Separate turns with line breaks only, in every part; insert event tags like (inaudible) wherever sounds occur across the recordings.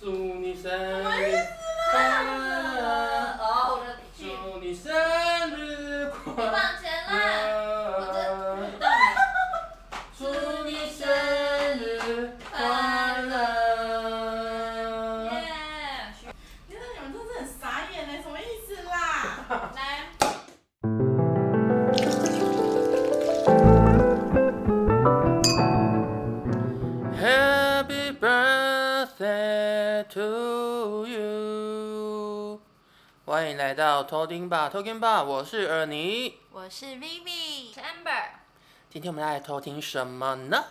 祝你生
我
日
认
快乐，
哦，我的剧
祝你生日快
你
乐。
往前啦，我这动
祝你生日快乐！
耶，
你看你们真是很傻眼呢，什么意思啦？
来，
Happy birthday to you！欢迎来到偷听吧，偷听吧，我是尔尼。
我是 Vivi，是 Amber。
今天我们来偷听什么呢？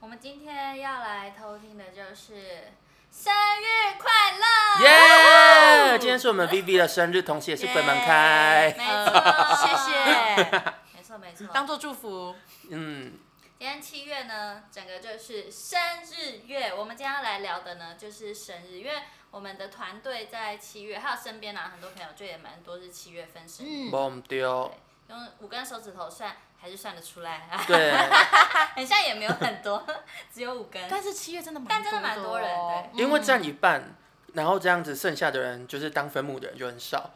我们今天要来偷听的就是生日快乐，
耶、今天是我们 Vivi 的生日，同时也是鬼门开。
哦没错，
谢
(laughs)
谢，
没错没错。
当做祝福。
嗯，
今天七月呢，整个就是生日月。我们今天要来聊的呢，就是生日，因为我们的团队在七月，还有身边啊，很多朋友就也蛮多是七月份生日，
嗯，
忘丢。
用五根手指头算还是算得出来， (laughs)
对，
很像也没有很多，只有五根。
哎但是七月真的蛮，哦
但真的蛮多人的
因为占一半，然后这样子剩下的人就是当分母的人就很少。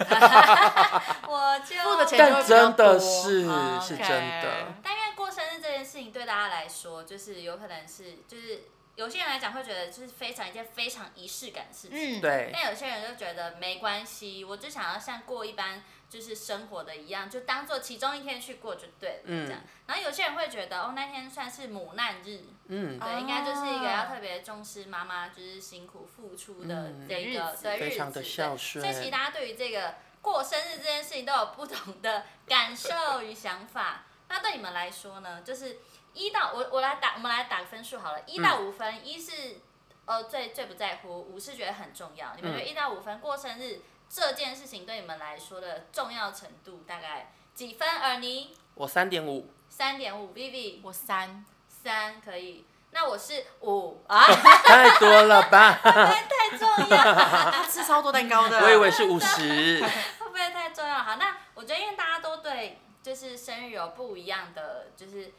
我就
付的钱
但真的
就会
是
比较多哦
是
OK
真的，
但因为过生日这件事情对大家来说，就是有可能是，就是有些人来讲会觉得就是非常一件非常仪式感的事情。
嗯，，
对，
但有些人就觉得没关系，我就想要像过一般就是生活的一样，就当做其中一天去过就对了，
嗯
这样。然后有些人会觉得，哦，那天算是母难日，
嗯，
对，应该就是一个要特别重视妈妈就是辛苦付出的
嗯
这一
日
个、
子
对日
非
子，
常的孝顺
对所以其实大家对于这个过生日这件事情都有不同的感受与想法。 (laughs) 那对你们来说呢？就是一到我我来打，我们来打个分数好了，一到五分，一、是呃最最不在乎，五是觉得很重要。你们觉得一到五分过生日这件事情对你们来说的重要程度大概几分？而你
我三点五，
三点五，Vivi
我三，
三可以。那我是五啊。 (laughs)
太多了吧？
太重要了，
他吃超多蛋糕的。
我以为是五十，
会不会太重要了？好，那我觉得因为大家都对就是生日有不一样的就是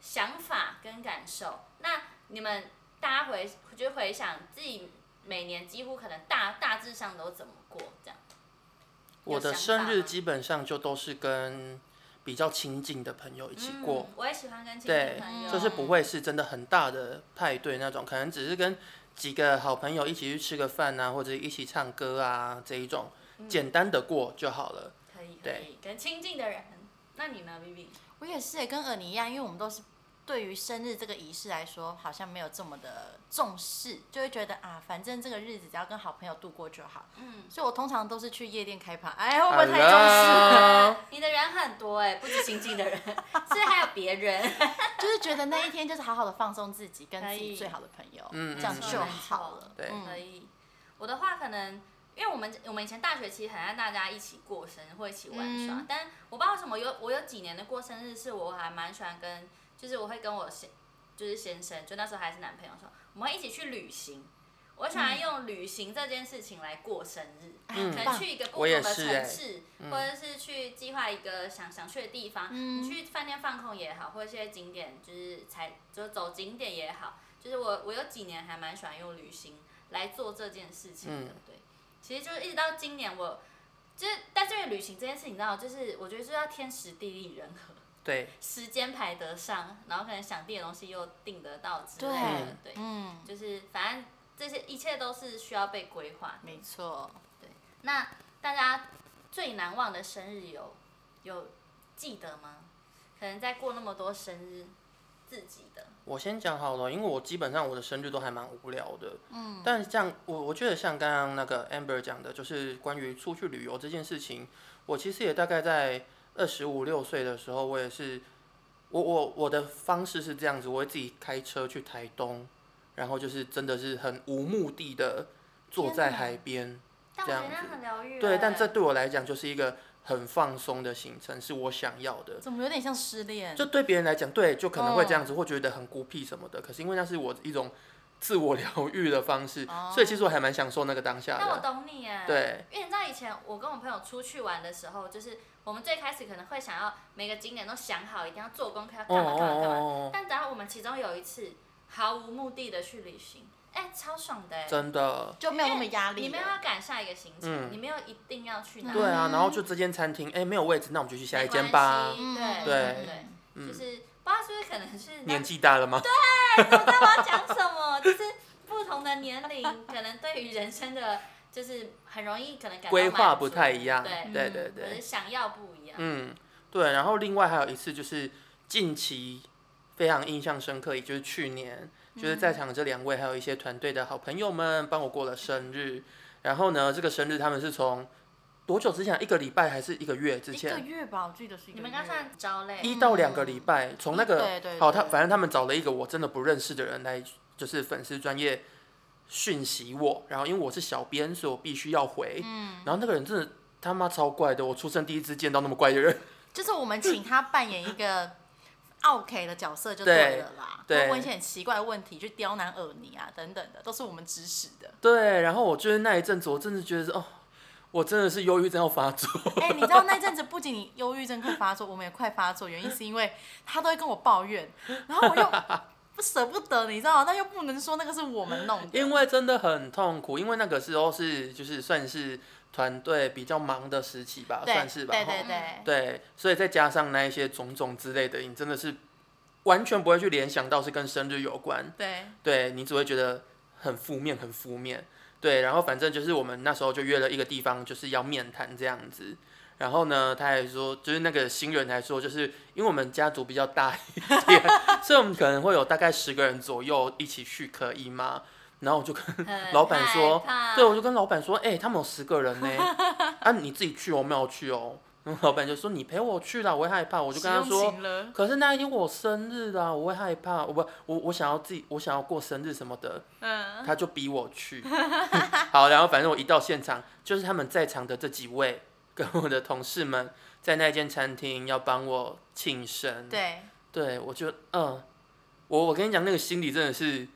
想法跟感受，那你们大家回就回想自己每年几乎可能大大致上都怎么过这样？
我的
有想法
生日
吗
基本上就都是跟比较亲近的朋友一起过
嗯，，我也喜欢跟亲戚
对
朋友，
就是不会是真的很大的派对那种，可能只是跟几个好朋友一起去吃个饭啊，或者一起唱歌啊这一种，
嗯
简单的过就好了。
可以可以
对
跟亲近的人。那你呢，Vivi？
我也是跟尔尼一样，因为我们都是对于生日这个仪式来说，好像没有这么的重视，就会觉得啊，反正这个日子只要跟好朋友度过就好。
嗯，
所以我通常都是去夜店开趴，哎，会不会太重视？
Hello
(laughs) 你的人很多哎、不止亲近的人， (laughs) 是还有别人。
就是觉得那一天就是好好的放松自己，跟自
可以
己最好的朋友，
嗯
这样
嗯
就好了。
对
嗯
可以。我的话可能，因为我们我们以前大学其实很爱大家一起过生日，或一起玩耍。
嗯
但我不知道为什么有我有几年的过生日是我还蛮喜欢跟，就是我会跟我先就是先生，就那时候还是男朋友的时候，我们会一起去旅行。我喜欢用旅行这件事情来过生日，
嗯
可能
棒
去一个不
我
同
也
的
是
城
欸
市，或者是去计划一个想想去的地方。
嗯
你去饭店放空也好，或者一些景点就是才就走景点也好，就是我我有几年还蛮喜欢用旅行来做这件事情的，
嗯
对。其实就是一直到今年我，就是但这个旅行这件事情，你知道，就是我觉得就是要天时地利人和，
对，
时间排得上，然后可能想订的东西又订得到之类
对
的，对，
嗯，
就是反正这些一切都是需要被规划的。
没错。
那大家最难忘的生日有有记得吗？可能在过那么多生日，自己的
我先讲好了，因为我基本上我的生日都还蛮无聊的。嗯，但这样我我觉得像刚刚那个 Amber 讲的，就是关于出去旅游这件事情，我其实也大概在二十五六岁的时候，我也是，我我我的方式是这样子，我会自己开车去台东，然后就是真的是很无目的的坐在海边，
但我
这
觉
样
得那
子
很疗愈欸。
对，但这对我来讲就是一个很放松的行程，是我想要的。
怎么有点像失
嗯
恋？
就对别人来讲，对，就可能会这
哦
样子，会觉得很孤僻什么的。可是因为那是我一种自我疗愈的方式，
哦
所以其实我还蛮享受那个当下
但我
的。
懂你耶。
对，
因为你知道以前我跟我朋友出去玩的时候，就是我们最开始可能会
哦
想要每个景点都想好，一定要做功课要干嘛干嘛干嘛。但然后我们其中有一次，毫无目的的去旅行，哎、超爽的、哎
真的。欸
就没有那么压
你
力
没有
了。
要赶下一个行程，
嗯
你没有一定要去哪里，
对啊，
嗯
然后就这间餐厅，哎，没有位置，那我们就去下
没
一
关
间
系
吧。
对
对
对，就
嗯，
是不知道是不是可能是
年纪大了吗？
我知道我要讲什么， (laughs) 就是不同的年龄，可能对于人生的，就是很容易可能感到
规划
满足
不太一样。
对，
对
嗯
对
可是
对，
想要不一样。
嗯，对。然后另外还有一次就是近期非常印象深刻，也就是去年，就是
嗯
在场的这两位还有一些团队的好朋友们帮我过了生日。然后呢，这个生日他们是从多久之前啊？一个礼拜还是一个月之
一个
前？
月吧，我记得是一个
你
月。
们刚算招类，
一到两个礼拜，从那个
对对对
好，他反正他们找了一个我真的不认识的人来，就是粉丝专业讯息我，然后因为我是小编，所以我必须要回。嗯，然后那个人真的他妈超怪的，我出生第一次见到那么怪的人。
就是我们请他扮演一个 OK 的角色就对了啦，
对对。
会问一些很奇怪的问题，去刁难尔尼啊等等的，都是我们指使的
(laughs) 对，然后我就是那一阵子，我真的觉得是哦，我真的是忧郁症要发作。
哎、你知道那阵子不仅你忧郁症快发作，我们也快发作，原因是因为他都会跟我抱怨，然后我又不舍不得，你知道吗？但又不能说那个是我们弄的，
因为真的很痛苦，因为那个时候是就是算是团队比较忙的时期吧，
对
算是吧，
对
吼
对对，
对，所以再加上那一些种种之类的，你真的是完全不会去联想到是跟生日有关，
对，
对你只会觉得很负面，很负面。对，然后反正就是我们那时候就约了一个地方，就是要面谈这样子。然后呢，他还说，就是那个新人还说，就是因为我们家族比较大一点， (laughs) 所以我们可能会有大概十个人左右一起去，可以吗？然后我就跟
很
老板说
害怕
对，我就跟老板说，哎、他们有十
(laughs)
个人呢，啊，你自己去哦，我没有去哦。然后老板就说，你陪我去啦，我会害怕。我
我
就跟他说，
了，
可是那一天我生日啦，我会害怕，我不，我我想要自己，我想要过生日什么的，
嗯，
他就逼我去。 (laughs) 好，然后反正我一到现场，就是他们在场的这几位跟我的同事们在那间餐厅要帮我庆生。
对，
对，我就嗯，我我跟你讲，那个心理真的是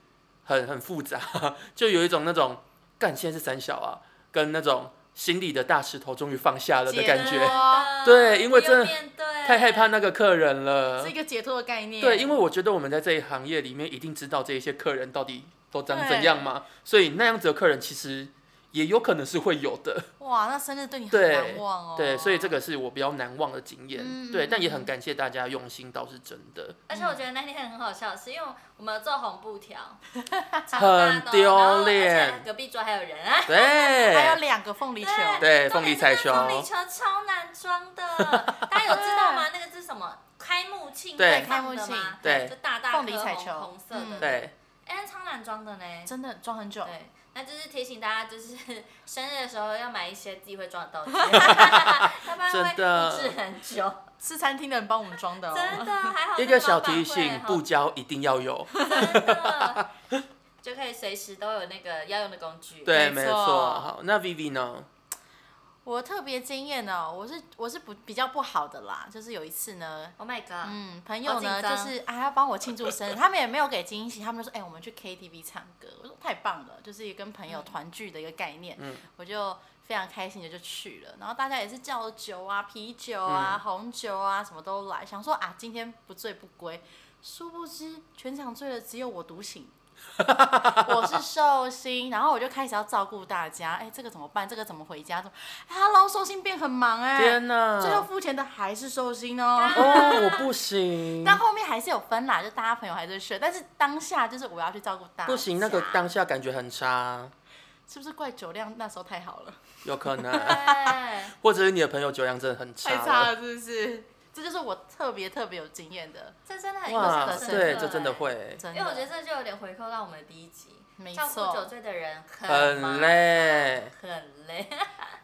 很很复杂， (laughs) 就有一种那种干现在是三小啊，跟那种心里的大石头终于放下了的
解
感
脱
觉，
真的
对因为真的
不用面对
太害怕那个客人了
是一。个解脱的概
嗯
念，
对，因为我觉得我们在这一行业里面一定知道这一些客人到底都长怎
对
样嘛，所以那样子的客人其实也有可能是会有的。
哇，那生日对你 (laughs) 很
对
难忘哦，
对，所以这个是我比较难忘的经验。
嗯
对，
嗯
但也
嗯
很感谢大家用心，倒是真的。
而且我觉得那天很好笑，是因为我们有做红布
(laughs)
条，超大的哦
很丢脸
然后而且隔壁桌还有人啊。
对，
(laughs) 还有两个凤梨球，
重
对哎凤
点
梨
是
彩
那
球
凤梨球超难装的，大家有知道
(laughs)
吗？那个是什么？开幕庆
对
会放的吗
开幕庆对
就大大
凤梨
颗
彩
红
球
红色的，
嗯
对，
哎，那超难装的呢。
真的装很久，
对，那就是提醒大家，就是 (laughs) 生日的时候要买一些自己会装的道具，
(laughs)
要不然会
真的哦
布置很久。
是餐厅的人帮我们装的
真
哦。
的还好，
一个小提醒，不，交一定要
(laughs)
有。
真的就可以随时都有那个要用的工具。
对，
没
没
错
错。好，那 Vivi 呢？
我特别惊艳哦，我是我是不比较不好的啦，就是有一次呢，
，Oh my
啊
god，
嗯，朋友
好
呢
紧张
就是啊要帮我庆祝生日，他们也没有给惊喜，他们就说哎、我们去 KTV 唱歌，我说太棒了，就是一个跟朋友团聚的一个概念，
嗯
我就非常开心的就去了，然后大家也是叫酒啊、啤酒啊、
嗯
红酒啊什么都来，想说啊今天不醉不归，殊不知全场醉了只有我
(laughs)
独醒。我是寿星，然后我就开始要照顾大家，哎、这个怎么办？这个怎么回家？怎么哎？Hello，寿星变很忙哎、
天哪！
最后付钱的还是寿星
(laughs)
哦。
哦，我不行，
但后面还是有分啦，就大家朋友还是睡，但是当下就是我要去照顾大家。
不行，那个当下感觉很差，
是不是怪酒量那时候太好了，
有可
(laughs)
能，
对，
或者是你的朋友酒量真的很差。
哎了，是不是？这就是我特别特别有经验的，
哎这真的很
哇，
有可能
对，这真的
的。
会
真的。
因为我觉得这就有点回扣到我们的第一集，
没
照顾酒
错，
醉的人很
很
忙，
累。
很累。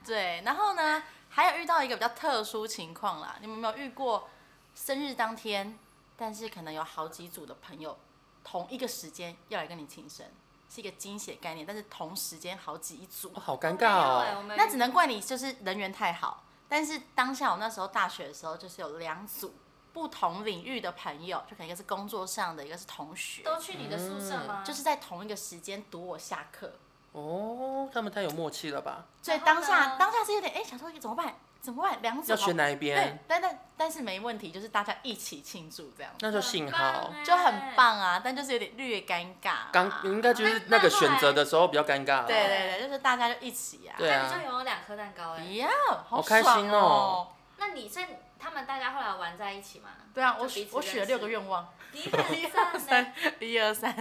对。然后呢，还有遇到一个比较特殊情况啦，你们有没有遇过生日当天，但是可能有好几组的朋友同一个时间要来跟你庆生，是一个惊喜的概念，但是同时间好几组
哦，好尴尬哦。
没有欸，
那只能怪你就是人缘太好。但是当下我那时候大学的时候，就是有两组不同领域的朋友，就可能一个是工作上的，一个是同学，
都嗯去你的宿舍
嗯
吗？
就是在同一个时间读我下课。
哦，他们太有默契了吧？
所以
然后
当
呢哦
下当下是有点哎、想说怎么办？怎么办？两
要
组好
选哪一
对
哎
边？，
但但但是没问题，就是大家一起庆祝这样，
那就幸好，
欸
就很。棒啊，但就是有点略尴尬。啊
刚应该就是那个选择的时候比较尴尬哦
对
了。
对对，就是大家就一起呀、
对
那你就
啊，
拥有两颗蛋糕哎、
一样，好
开
爽
心
哦
哦。
那你这他们大家后来玩在一
(laughs)
起吗？
对啊，我
就彼此
我许了六个
认识
愿望，
你很赞呢，，
一二三，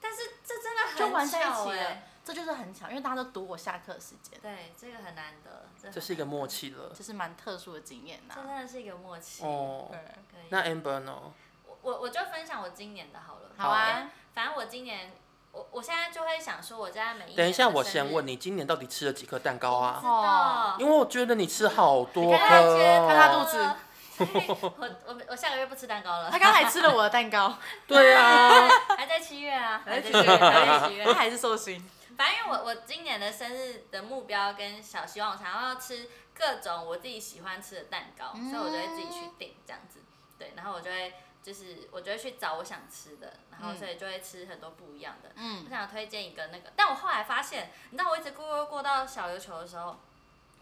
但是这真的很
就玩在一
巧
起了
哎。
欸这就是很巧，因为大家都堵我下课时间，
对，这个很难得，这很
这是一个默契了。
这是蛮特殊的经验呐、
这真的是一个默契。
哦，
对，
可以
那 Amber 呢？
我我我就分享我今年的好了。
好啊，
反正我今年，我我现在就会想说，我家每一
等一下，我先问
你，
你，今年到底吃了几颗蛋糕
知
啊？
道，
因为我觉得你吃好多
你看他
颗
看他
哦
肚。子
我我我下个月不吃蛋糕
(laughs)
了
他，刚才吃了我的蛋糕，
对啊，
还在七月啊， (laughs) 还在
且
七月，还在七月
他。还是寿星，
反正因为我我今年的生日的目标跟小希望，我想要吃各种我自己喜欢吃的蛋糕，
嗯
所以我就会自己去订这样子。对，然后我就会就是我就会去找我想吃的，然后
嗯
所以就会吃很多不一样的。
嗯
我，想推荐一个那个，但我后来发现，你知道我一直过过过到小琉球的时候，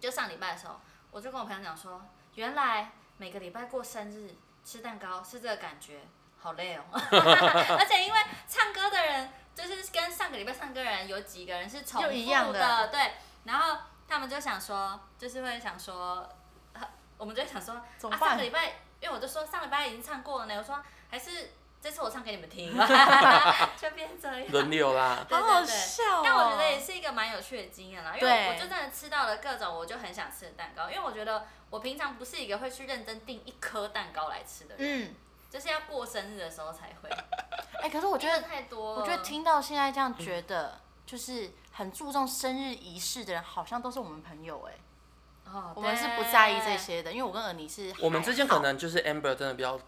就上礼拜的时候，我就跟我朋友讲说，原来每个礼拜过生日吃蛋糕是这个感觉，好累哦。 (laughs) 而且因为唱歌的人，就是跟上个礼拜唱歌的人有几个人是重复
又一样的
的对，然后他们就想说，就是会想说，呃我们就会想说，
怎么
啊，
办
上个礼拜，因为我就说上礼拜已经唱过了呢，我说还是这次我唱给你们
(laughs)
听， (laughs) 就变这样。
轮流啦。
对
好
对
好
对
笑、哦。
但我觉得也是一个蛮有趣的经验啦，因为
对
我我就真的吃到了各种我就很想吃的蛋糕，因为我觉得我平常不是一个会去认真订一颗蛋糕来吃的人，
嗯，
就是要过生日的时候才会。
哎、可是我觉
因为
得，
太多了，
我觉得听到现在这样，觉得就是很注重生日仪式的人，好像都是我们朋友哎、
哦，
我们是不在意这，些的，因为我跟尔尼是还
我们之间可能就是 Amber 真的比较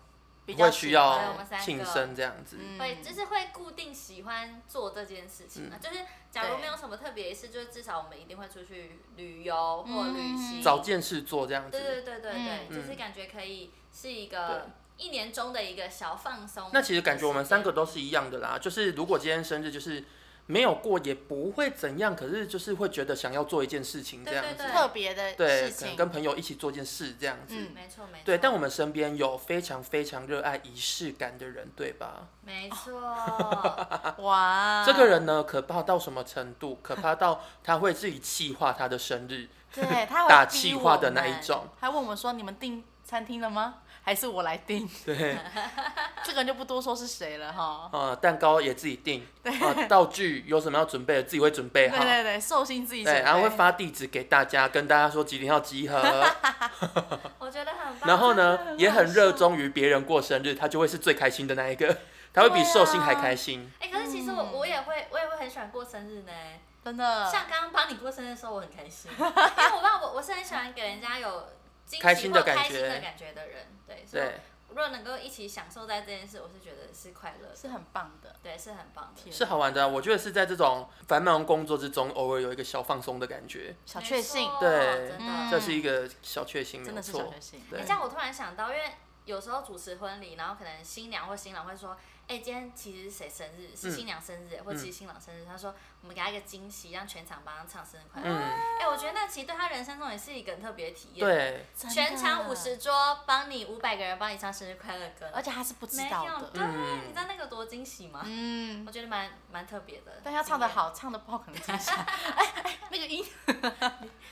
比
会
较
需
对我
要
们三个
庆生这样子。
嗯
会就是会固定喜欢做这件事情啊，就是假如
对
没有什么特别的事，就是至少我们一定会出去旅游或旅行，
嗯
找件事做这样
对对
子。
对对对，
嗯
就是感觉可以是一个一年中的一个小放松。
那其实感觉我们三个都是一样的啦，就是如果今天生日就是没有过也不会怎样，可是就是会觉得想要做一件事情这样子，
对
特别的
对，
事
可能
情，
跟朋友一起做件事这样子。
嗯
没错没错，
对，但我们身边有非常非常热爱仪式感的人，对吧？
没错，
哇，
这个人呢，可怕到什么程度？可怕到他会自己气化他的生日，
对他还会
打
逼
气
我
话的那一
们
种，
还问我们说你们订餐厅了吗？还是我来订？ (laughs)
对， (laughs)
这个人就不多说是谁了哈。
呃，蛋糕也自己订，呃，道具有什么要准备的，自己会准备
对
好，
对对，寿星自己准
对，然后会
备
发地址给大家，跟大家说几点要集
(laughs)
合，
我觉得很棒。
然后
真的
呢，
很
也很热
棒。
衷于别人过生日，他就会是最开心的那
(laughs)
一个，他会比寿星还开心。
哎、可是其实我
嗯呃
我也会，我也会很喜欢过生日呢。
真的
像刚刚帮你过生日的时候，我很开心，因为我不知道我我是很喜欢给人家有惊
开
喜
心
或
的感
开心的
觉
感觉的人。对，啊所以
对，
如果能够一起享受在这件事，我是觉得是快乐的，
是很棒的，
对，是很棒的。
天
是好玩的啊。我觉得是在这种繁忙工作之中，偶尔有一个小放松的感觉，
小
没
确幸
错，
对
真的。
嗯
这是一个小确幸，没
真
有
的是小
错
确。幸。
对
哎、这样我突然想到，因为有时候主持婚礼，然后可能新娘或新郎会说：“哎、今天其实谁生日？是
嗯
新娘生日，或
嗯
其实新郎生日。他说：“我们给他一个惊喜，让全场帮他唱生日快乐。
嗯，
哎、我觉得那其实对他人生中也是一个很特别的体验。，
对，
真的
全场五十桌，帮你五百个人帮你唱生日快乐歌，
而且他是不知
没
道
有对，
的，
嗯
你知道那个多惊喜吗？
嗯
我，觉得蛮蛮特别的。
但他唱的，好，唱的不好可能惊
(laughs)
喜。哎哎，那个音，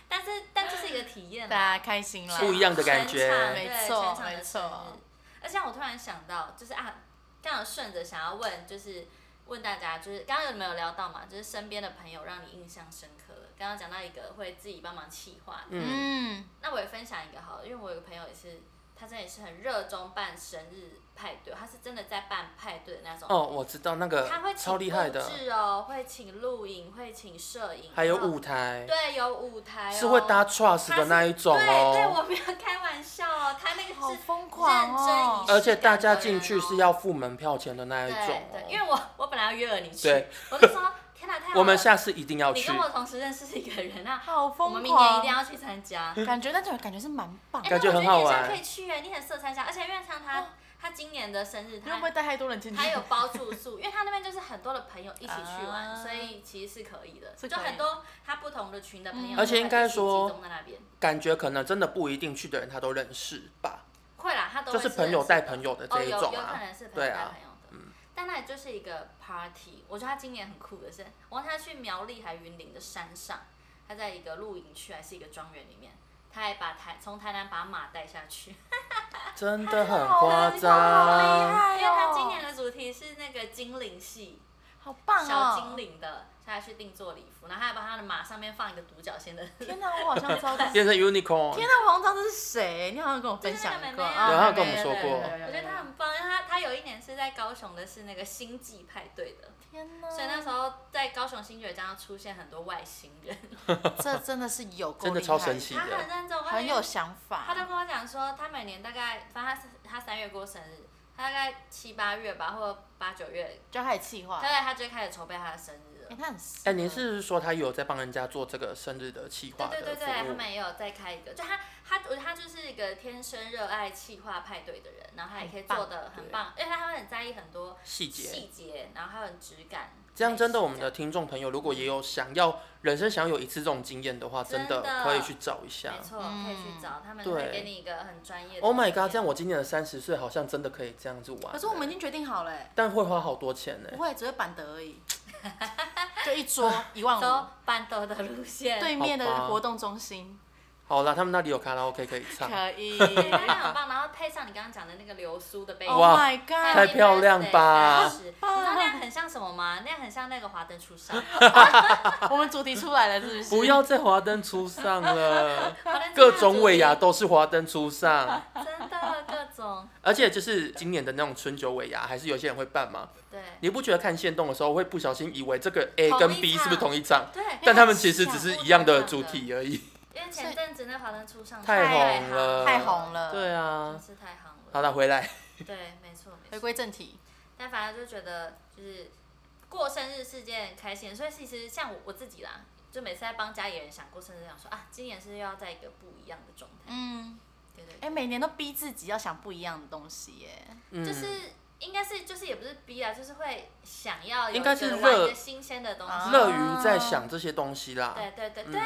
但是但就是一个体验啦。
大家开心啦，
不一样的感觉
全场
没
对
错
全场的
没错
生日而且我突然想到，就是啊，刚好顺着想要问，就是问大家，就是刚刚有没有聊到嘛？就是身边的朋友让你印象深刻的。刚刚讲到一个会自己帮忙企划的，
嗯。
嗯，
那我也分享一个好了，因为我有个朋友也是，他真的也是很热衷办生日派对，他是真的在办派对的那种。
哦，我知道那个
他会请
超厉害
布
的，
置哦，会请录影，会请摄影，
还有
然后
舞台，
对，有舞台、哦，
是会搭 truss
他
的
是
那一种
对对，
哦。
我没有开玩笑哦，他那个
好
是
疯狂
认
哦
真仪式
而且大家进去
感
是
的人哦
要付门票钱的那一种
对
哦。
对，因为我我本来要约了你去
对，
我就说天哪，太好了，
我们下次一定要
你
去
跟，我同时认识一个人啊，
好
我
疯狂，
们明年一定要去参加。
(laughs)
感觉那种感觉是蛮棒
哎
的，
感觉
那我
很好
觉得你现
玩哦
在可以去耶，你很适合参加，而且因为像他，他今年的生日
你会
他
不会带太多人进去？
他有包住宿，因为他那边就是很多的朋友一起去玩，
啊
所以其实是可以的，
是
就
可以
很多他不同的群的朋友都
嗯
会一起集中在那边，
而且应该说感觉可能真的不一定去的人他都认识吧，
会啦，他都
就
会
是
认
朋友
识
带
的
朋友的
哦，
这一
有
种
有可
啊。
能是朋
对
友带
啊
朋友的，但那里就是一个 party。我觉得他今年很酷的是，我忘记他去苗栗还云林的山上，他在一个露营区还是一个庄园里面，他还把台从台南把马带下去，
真的很
好
夸
厉
张，
害
因为他
哦
今年的主题是那个精灵系，
好棒
小
哦！
精灵的，所以他去定做礼服，然后他还把他的马上面放一个独角仙的。
天哪，我好像知
(laughs)
道这是。
变成 unicorn，
天哪，我好像知道这是谁，你好像跟我分
就是那
享
个妹妹
过，
啊
啊
有她有
妹
跟我
妹
们说
对
过
对对
(laughs)
对
我觉得他很棒，因为他他有一年是在高雄的是那个星际派对的，
天哪，
所以那时候在高雄新觉江要出现很多外星
(laughs)
人，
这真的是有够
真的
厉
超
害
神奇
他很认真，我
很有
跟你
想法。
他就跟我讲说，他每年大概，反正他是他三月过生日，他大概七八月吧，或者八九月，
就开始计划
大，概他就开始筹备他的生日了
哎，。他很适合
哎、你是说他有在帮人家做这个生日的企划
对
的
对
服务？
对对，他们也有再开一个，就他他我他就是一个天生热爱气化派对的人，然后他也可以
很棒
做的很棒，因为他们很在意很多
细节。
细节，然后还有质感。
这样真的，我们
类
的听众朋友如果也有想要人生想有一次这种经验的话，真
真的
可以去找一
似这
下
样没。错，
嗯
可以去找他们
对
会给你一个很专业的。
Oh my god！这样我今年的三十岁好像真的可以这样子玩。
可是我们已经决定好了欸，
但会花好多钱欸呢
不。会，只会板德而 (laughs) 已，就
(laughs)
一桌一万
走
五，
板豆的路线，
对面
好吧
的活动中心
好啦，他们那里有卡拉 OK 可以唱，
可
(laughs)
以。
对，他们很棒。然后配上你刚刚讲的那个流苏的杯子，
Oh
哇
my
还有
god！
太漂亮吧啊
Happy Birthday 30你知道那样很像什么吗？那样很像那个华灯初
(laughs)
上，
我们主题出来了，是不是？
不要再华灯初上了，
华灯初上
各种尾牙都是华灯初上。
真的各种
而且就是今年的那种春酒尾牙，还是有些人会办嘛。
对
你不觉得看线动的时候会不小心以为这个 A 跟 B 是不是同一场？哎
对。
但他们其实只是一样的主题而已。
因为前阵子那华灯初上
太
太
红了
太红，了。，
对
真
啊，
是太红
好
了。
了，回来。
对，没错没
回
错。
归正题，
但反正就觉得就是过生日是件开心的，所以其实像我我自己啦，就每次在帮家里人想过生日，想说啊，今年是又要在一个不一样的状态。
嗯，
对对对
哎，每年都逼自己要想不一样的东西耶。
嗯，
就是应该是就是也不是逼啊，就是会想要有
应该是
一个玩一
热
个新鲜的东
啊
西。
乐于在想这些东西啦。
对对对
嗯
对，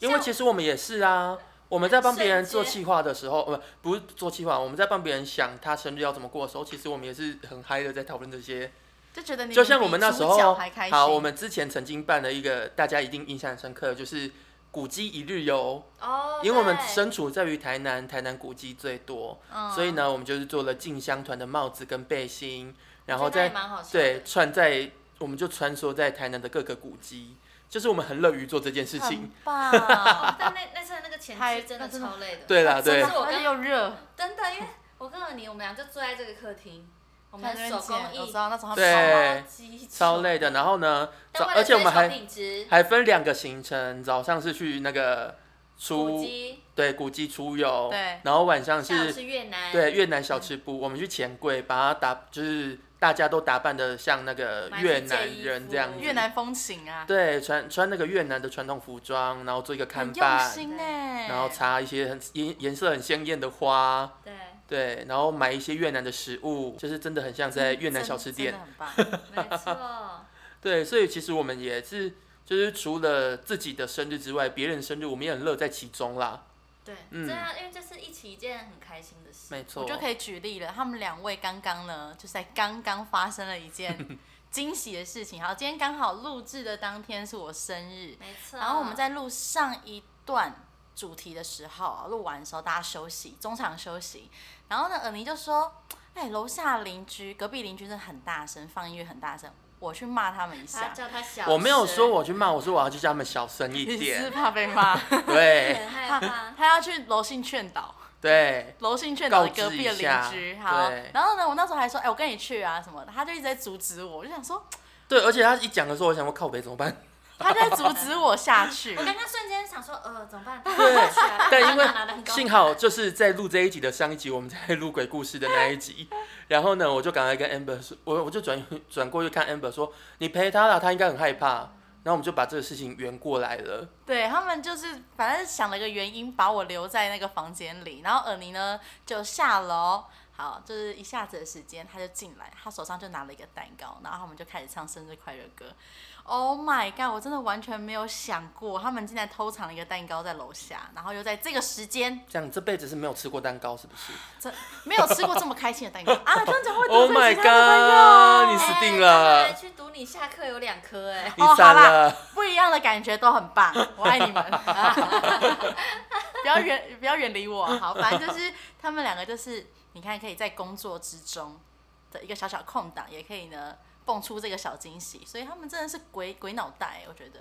因为其实我们也是啊，我们在帮别人做
瞬间
企划的时候，呃不不是做企划，我们在帮别人想他生日要怎么过的时候，其实我们也是很嗨的在讨论这些。
就觉得你
就像我们那时
比主角
候
还开，心
好，我们之前曾经办了一个大家一定印象很深刻的，就是古迹一日游，
哦，
因为我们
对
身处在于台南，台南古迹最多，
嗯
所以呢，我们就是做了进香团的帽子跟背心，然后
我觉得那
再
也蛮好笑的
对，穿在，我们就穿梭在台南的各个古迹，就是我们很乐于做这件事情
很。
(laughs)
棒，
哦但那那次那个前
太
期真的超累的，
对啦，
真
对
的，是我
而
跟
且又热，
真的，因为我告诉你，我们俩就坐在这个客厅，我们的手工
看那边剪我
艺
知道那时候他们
对
超级
超，累的。然后呢，早
但为了
而且我
追
们
求
还
品质，
还分两个行程，早上是去那个
古
出
迹，
对古迹出游，
对
然后晚上
下午
是
是越南，
对，越南小吃部，我们去钱柜，把它打，就是大家都打扮的像那个
买
越
一件
南
衣
人
服
这样子，
越南风情啊，
对，穿穿那个越南的传统服装，然后做一个看
很用
板，
心哎，
然后
(laughs)
插一些很颜颜色很鲜艳的花，
对，
对，然后买一些越南的食物，就是真的很像在越南小吃
嗯真
店。
的真的很棒，
没
(laughs)
错，
对，所以其实我们也是，就是除了自己的生日之外，别人生日我们也很乐在其中啦。
对，
嗯
真的，因为这是一起一件很开心的事，
没错，
我就可以举例了。他们两位刚刚呢，就是在刚刚发生了一
(laughs)
件惊喜的事情。好，今天刚好录制的当天是我生日，
没错。
然后我们在录上一段主题的时候啊，录完的时候大家休息，中场休息。然后呢，尔尼就说：“哎，楼下邻居、隔壁邻居真的很大声，放音乐很大声，我去骂他们一
他
下。
叫他小，
我没有说，我去骂，我说我要去叫他们小声”一
(laughs) 你是
点，
怕被骂？
对
很害
(laughs)
怕，
他要去楼信劝导。
对。
楼信劝导的
告
隔
知
壁的
一
邻
下
居，好
对，
然后呢，我那时候还说，哎、我跟你去啊什么的，他就一直在阻止我，我就想说，
对，而且他一讲的时候，我想说靠北怎么办？
他在阻止我下去
我，刚刚瞬间想说，呃，怎么办？
对
去啊
但因为
(laughs) 拿蛋糕
幸好就是在录这一集的上一集，我们在录鬼故事的那一集，然后呢，我就赶快跟 Amber 说，我我就转转过去看 Amber 说，你陪他啦，他应该很害怕。然后我们就把这个事情圆过来了。
对他们就是反正想了个原因把我留在那个房间里，然后尔尼呢就下楼，好，就是一下子的时间，他就进来，他手上就拿了一个蛋糕，然后他们就开始唱生日快乐歌。Oh my god！我真的完全没有想过，他们竟然偷藏了一个蛋糕在楼下，然后又在这个时间，
这样这辈子是没有吃过蛋糕是不是
这没有吃过这么开心的蛋糕啊！这样讲会
(laughs)
得
？Oh
罪
my
其他的啊
god！
朋
你
友。
死
哎
定
他们
了
还，去赌你下课有两科哎、
(laughs) 你
哦好
散
啦
了。
不一样的感觉都很棒，我爱你们。不要远，不要远离我。好，反正就是他们两个，就是你看，可以在工作之中的一个小小空档，也可以呢蹦出这个小惊喜，所以他们真的是鬼鬼脑袋，我觉得。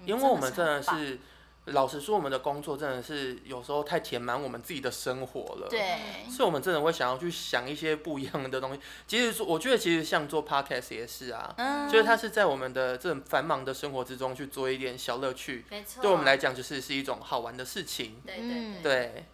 你
因为我们真的
很棒
是，老实说，我们的工作真的是有时候太填满我们自己的生活了。。
对，
所以，我们真的会想要去想一些不一样的东西。其实说，我觉得其实像做 podcast 也是啊，
嗯
就是它是在我们的这种繁忙的生活之中去做一点小乐趣，
没错，
对我们来讲就是是一种好玩的事情。
对对对
嗯。
对，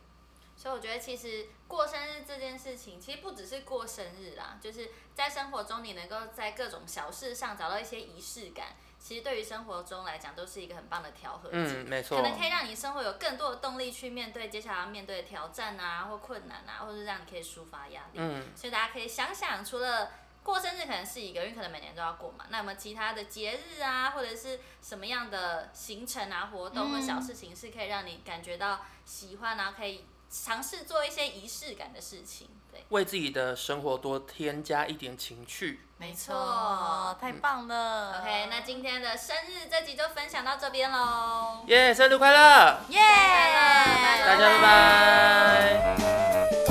所以我觉得，其实过生日这件事情，其实不只是过生日啦，就是在生活中你能够在各种小事上找到一些仪式感，其实对于生活中来讲都是一个很棒的调和剂，
嗯，没错
可。能可以让你生活有更多的动力去面对接下来要面对的挑战啊，或困难啊，或者让你可以抒发压力。
嗯，
所以大家可以想想，除了过生日可能是一个，因为可能每年都要过嘛，那有没有其他的节日啊，或者是什么样的行程啊、活动或
嗯
小事情，是可以让你感觉到喜欢，然后可以尝试做一些仪式感的事情。对，
为自己的生活多添加一点情趣。
没
错
错，太棒了。
OK，那今天的生日这集就分享到这边喽。
耶、生日快乐！
耶，
拜拜
大家拜拜。